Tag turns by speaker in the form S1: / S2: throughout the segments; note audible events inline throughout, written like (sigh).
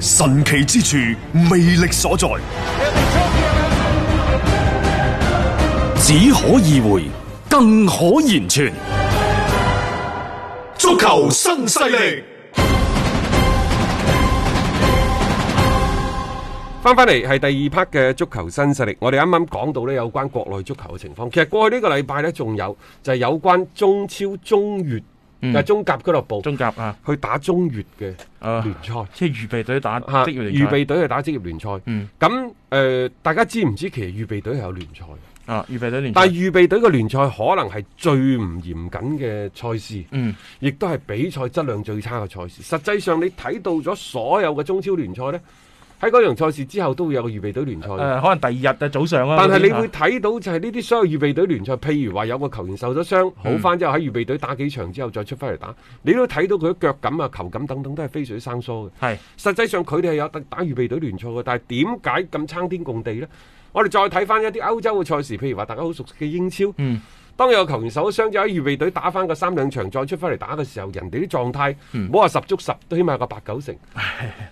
S1: 神奇之處，魅力所在，
S2: 只可意會，更可言傳。
S1: 足球新勢力。
S3: 翻翻嚟係第二 part 嘅足球新勢力，我哋啱啱講到呢有關國內足球嘅情況。其實過去呢個禮拜呢，仲有就係、有關中超、中乙、就係中甲俱樂部
S4: 嗯中甲啊，
S3: 去打中乙嘅
S4: 啊
S3: 聯賽，
S4: 即係預備隊打
S3: 嚇
S4: 職業
S3: 預
S4: 聯賽
S3: 備隊去打職業聯賽。咁誒、
S4: 嗯
S3: 呃大家知唔知其實預備隊係有聯賽？
S4: 啊，預備隊聯賽
S3: 但係預備隊嘅聯賽可能係最唔嚴謹嘅賽事，
S4: 嗯
S3: 亦都係比賽質量最差嘅賽事。實際上你睇到咗所有嘅中超聯賽呢，喺嗰場賽事之後都會有個預備隊聯賽嘅。
S4: 誒，可能第二日啊早上啊，
S3: 但係你
S4: 嗰啲
S3: 會睇到就係呢啲所有預備隊聯賽，譬如話有個球員受咗傷，好翻之後喺預備隊打幾場之後再出翻嚟打，你都睇到佢啲腳感啊、球感等等都係非水生疏嘅。
S4: 係
S3: 實際上佢哋係有得打預備隊聯賽嘅，但係點解咁撐天共地呢？我哋再睇翻一啲歐洲嘅賽事，譬如話大家好熟悉嘅英超，
S4: 嗯
S3: 當有球員受咗傷之後喺預備隊打翻個三兩場再出翻嚟打嘅時候，人哋啲狀態
S4: 嗯
S3: 唔好話十足十，都起碼有個八九成。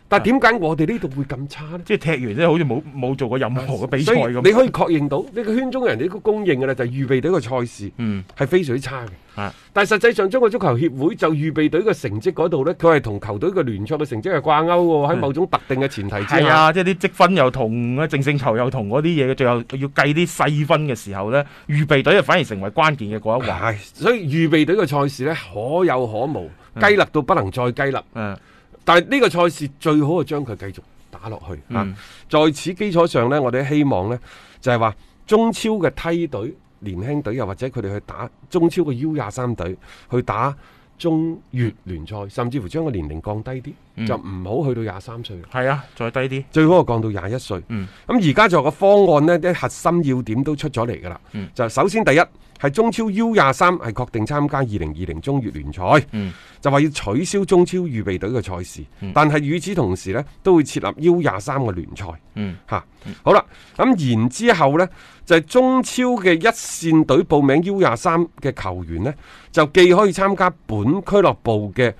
S3: 但係點解我哋呢度會咁差呢？
S4: 即係踢完咧，好似冇冇做過任何嘅比賽
S3: 所以
S4: 咁。
S3: 你可以確認到呢個圈中人哋都公認嘅啦，就係預備隊個賽事
S4: 嗯
S3: 係非水差嘅。
S4: 啊
S3: 但係實際上，中國足球協會就預備隊嘅成績嗰度呢，佢係同球隊嘅聯賽嘅成績係掛鈎嘅喎，喺某種特定嘅前提之下。
S4: 係嗯啊，即係啲積分又同啊，淨勝球又同嗰啲嘢嘅，最後要計啲細分嘅時候咧，預備隊啊反而成為關鍵嘅嗰一環。
S3: 係，所以預備隊嘅賽事呢，可有可無，雞肋到不能再雞肋。
S4: 嗯
S3: 但係呢個賽事最好係將佢繼續打落去
S4: 嗯
S3: 啊！在此基礎上呢，我哋希望呢，就係話中超嘅梯隊、年輕隊，又或者佢哋去打中超嘅 U 廿三隊，去打中乙聯賽，甚至乎將個年齡降低啲，就唔好去到廿三歲啦。
S4: 係啊，再低啲。
S3: 最好係降到廿一歲。
S4: 嗯
S3: 咁而家就有個方案呢，啲核心要點都出咗嚟㗎啦。
S4: 嗯
S3: 就首先第一係中超 U 廿三係確定參加二零二零中乙聯賽，
S4: 嗯
S3: 就話要取消中超預備隊嘅賽事，但係與此同時呢，都會設立 U 廿三嘅聯賽。
S4: 嗯
S3: 嚇，好啦，咁然之後呢，就係、中超嘅一線隊報名 U 廿三嘅球員呢，就既可以參加本俱樂部嘅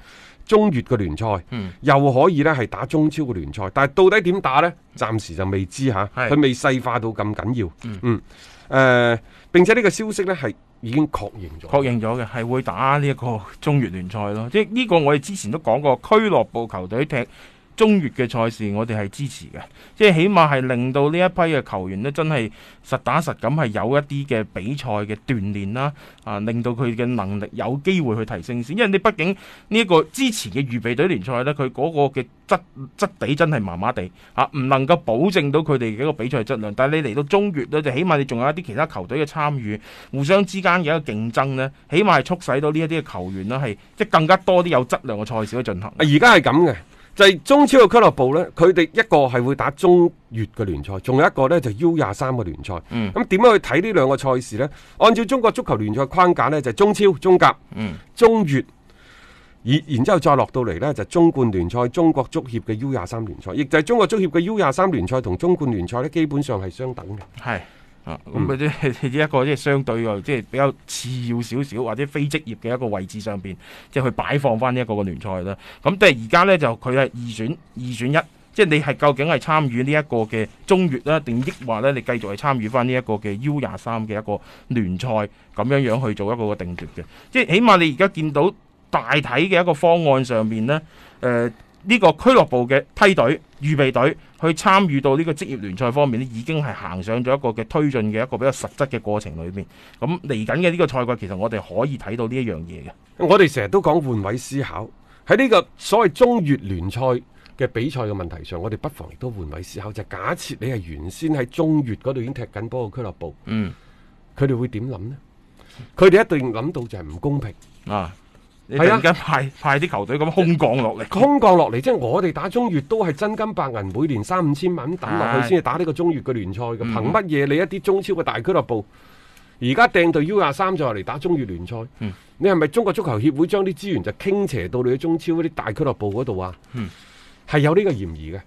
S3: 中乙嘅聯賽，
S4: 嗯
S3: 又可以呢係打中超嘅聯賽。但係到底點打呢？暫時就未知嚇，
S4: 係
S3: 佢未細化到咁緊要。嗯，誒、並且呢個消息呢係已經確認咗。
S4: 確認咗嘅係會打呢一個中乙聯賽咯，即係呢個我哋之前都講過，俱樂部球隊踢中乙嘅賽事，我哋係支持嘅，即係起碼係令到呢一批嘅球員呢，真係實打實咁係有一啲嘅比賽嘅鍛鍊啦，啊，令到佢嘅能力有機會去提升先，因為你畢竟呢一個之前嘅預備隊聯賽呢，佢嗰個嘅質質地真係麻麻地啊，唔能夠保證到佢哋嘅一個比賽質量，但係你嚟到中乙呢，就起碼你仲有一啲其他球隊嘅參與。互相之間嘅一個競爭呢，起碼係促使到呢一啲嘅球員呢，係即係更加多啲有質量嘅賽事去進行。
S3: 啊而家係咁嘅，就係、中超嘅俱樂部呢，佢哋一個係會打中乙嘅聯賽，仲有一個呢就 U 廿三嘅聯賽。
S4: 嗯
S3: 咁點樣去睇呢兩個賽事呢？按照中國足球聯賽框架呢，就係中超、中甲、
S4: 嗯
S3: 中乙。然然之後再落到嚟呢，就中冠聯賽、中國足協嘅 U 廿三聯賽，亦就係中國足協嘅 U 廿三聯賽同中冠聯賽呢，基本上係相等嘅。
S4: 係啊，咁啊即係一個即係相對啊，即係比較次要少少或者非職業嘅一個位置上邊，即係去擺放翻呢一個嘅聯賽啦。咁但係而家呢，就佢係二選二選一。即係你係究竟係參與呢一個嘅中乙啦，定抑或咧你繼續係參與翻呢一個嘅 U 廿三嘅一個聯賽咁樣樣去做一個嘅定奪嘅。即係起碼你而家見到大體嘅一個方案上面呢，誒、呢個俱樂部嘅梯隊、預備隊去參與到呢個職業聯賽方面咧，已經係行上咗一個嘅推進嘅一個比較實質嘅過程裏面。咁嚟緊嘅呢個賽季，其實我哋可以睇到呢一樣嘢嘅。
S3: 我哋成日都講換位思考，喺呢個所謂中乙聯賽嘅比賽嘅問題上，我哋不妨亦都換位思考，就係假設你係原先喺中乙嗰度已經踢緊波嘅俱樂部，
S4: 嗯，
S3: 佢哋會點諗呢？佢哋一定諗到就係唔公平，
S4: 啊，你突
S3: 係啊
S4: 然間派派啲球隊咁空降落嚟，
S3: 空降落嚟，即係我哋打中乙都係真金白銀，每年三五千萬咁抌落去
S4: 係
S3: 先至打呢個中乙嘅聯賽嘅，
S4: 嗯
S3: 憑乜嘢你一啲中超嘅大俱樂部而家掟隊 U 廿三就嚟打中乙聯賽？
S4: 嗯
S3: 你係咪中國足球協會將啲資源就傾斜到你去中超嗰啲大俱樂部嗰度啊？
S4: 嗯
S3: 係有呢個嫌疑嘅。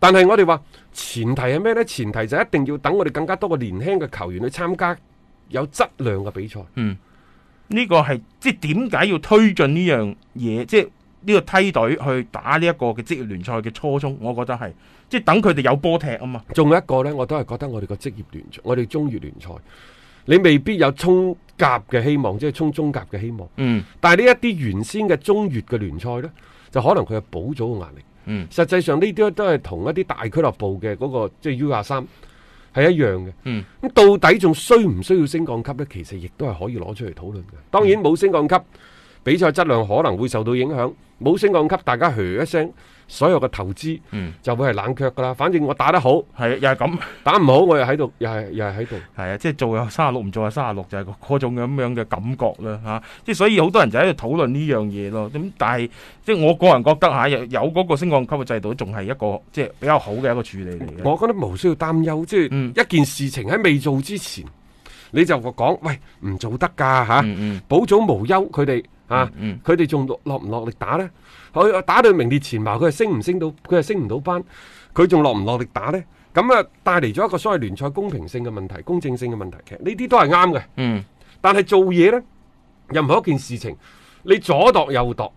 S3: 但係我哋話前提係咩呢？前提就一定要等我哋更加多嘅年輕嘅球員去參加有質量嘅比賽。
S4: 呢個係即係點解要推進呢樣嘢？即係呢個梯隊去打呢一個嘅職業聯賽嘅初衷，我覺得係即係等佢哋有波踢啊嘛。
S3: 仲有一個呢，我都係覺得我哋個職業聯賽，我哋中乙聯賽，你未必有衝甲嘅希望，即係衝中甲嘅希望。
S4: 嗯
S3: 但係呢一啲原先嘅中乙嘅聯賽呢，就可能佢有補組嘅壓力。
S4: 嗯
S3: 實際上呢啲都係同一啲大俱樂部嘅嗰、個即係 U 廿三係一樣嘅。
S4: 嗯
S3: 咁到底仲需唔需要升降級呢？其實亦都係可以攞出嚟討論嘅。當
S4: 嗯
S3: 然冇升降級，比賽質量可能會受到影響。冇升降級，大家嘘一聲，所有嘅投資
S4: 嗯，
S3: 就會係冷卻㗎啦。反正我打得好，
S4: 係又係咁。
S3: 打唔好我又喺度，又係又係喺度。
S4: 係啊，即係做有三十六，唔做有三十六，就係嗰種咁樣嘅感覺啦嚇。即係所以好多人就喺度討論呢樣嘢咯。咁但係即係我個人覺得嚇，有有嗰個升降級嘅制度，仲係一個即係比較好嘅一個處理嚟嘅。
S3: 我覺得無需要擔憂，即
S4: 嗯
S3: 係一件事情喺未做之前，你就講喂唔做得㗎嚇，
S4: 嗯嗯
S3: 保組無憂佢哋嚇
S4: 嗯，
S3: 佢哋仲落落唔落力打呢？佢啊打到名列前茅，佢係升唔升到，佢係升唔到班，佢仲落唔落力打呢？咁啊，帶嚟咗一個所謂聯賽公平性嘅問題、公正性嘅問題，其實呢啲都係啱嘅。
S4: 嗯，
S3: 但係做嘢呢，任何一件事情，你左度右度，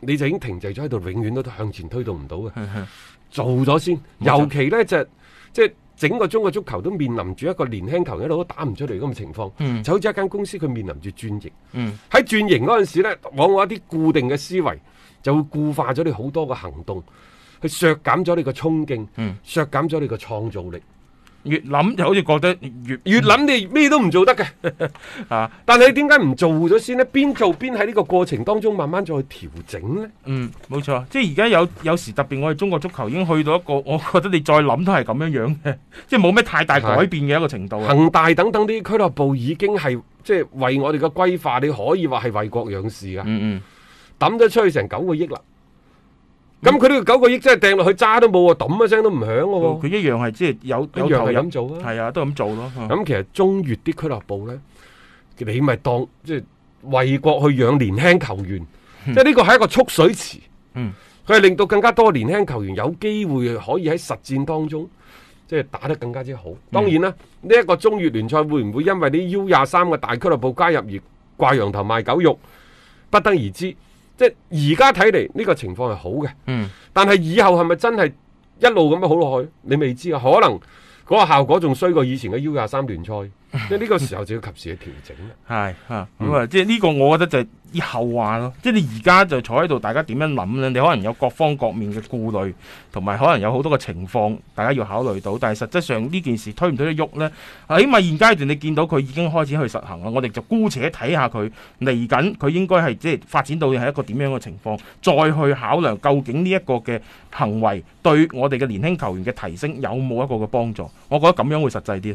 S3: 你就已經停滯咗喺度，永遠都向前推動唔到嘅。做咗先，
S4: 嗯冇錯
S3: 尤其呢，就即係整個中國足球都面臨住一個年輕球員一路都打唔出嚟咁嘅情況，
S4: 嗯
S3: 就好似一間公司佢面臨住轉型。
S4: 嗯
S3: 喺轉型嗰陣時咧，往往一啲固定嘅思維就會固化咗你好多嘅行動，去削減咗你個衝勁，
S4: 嗯
S3: 削減咗你個創造力。嗯
S4: 越諗就好似覺得越
S3: 越諗你咩都唔做得嘅，
S4: 啊，
S3: 但係你點解唔做咗先呢？邊做邊喺呢個過程當中慢慢再去調整呢？
S4: 嗯，冇錯，即係而家有有時特別，我哋中國足球已經去到一個， (laughs) 我覺得你再諗都係咁樣樣嘅，即係冇咩太大改變嘅一個程度啊。
S3: 恒大等等啲俱樂部已經係即係為我哋嘅規劃，你可以話係為國養士噶，
S4: 嗯
S3: 抌咗出去成九個億啦。咁佢呢個九個億真係掟落去渣都冇啊，抌一聲都唔響
S4: 嗯，
S3: 嘅
S4: 佢
S3: 喎。
S4: 一樣係即係有有
S3: 一樣
S4: 投
S3: 係
S4: 入
S3: 咁，做啊。
S4: 係啊，都咁做咯。啊
S3: 咁其實中越啲俱樂部呢，你咪當即係為國去養年輕球員，即係呢個係一個蓄水池。
S4: 嗯
S3: 佢係令到更加多年輕球員有機會可以喺實戰當中。即係打得更加之好。當然啦，呢、一個中越聯賽會唔會因為啲 U 廿三嘅大俱樂部加入而掛羊頭賣狗肉，不得而知。即係而家睇嚟呢個情況係好嘅，
S4: 嗯，
S3: 但係以後係咪真係一路咁樣好落去？你未知啊，可能嗰個效果仲衰過以前嘅 U 廿三聯賽。即係呢個時候就要及時去調整啦。
S4: 係啊，咁啊，即係呢個我覺得就係以後話咯，即係你而家就坐喺度，大家點樣諗咧？你可能有各方各面嘅顧慮，同埋可能有好多嘅情況，大家要考慮到。但係實質上呢件事推唔推得喐呢？起碼現階段你見到佢已經開始去實行啦，我哋就姑且睇下佢嚟緊，佢應該係即係發展到係一個點樣嘅情況，再去考量究竟呢一個嘅行為對我哋嘅年輕球員嘅提升有冇一個嘅幫助？我覺得咁樣會實際啲。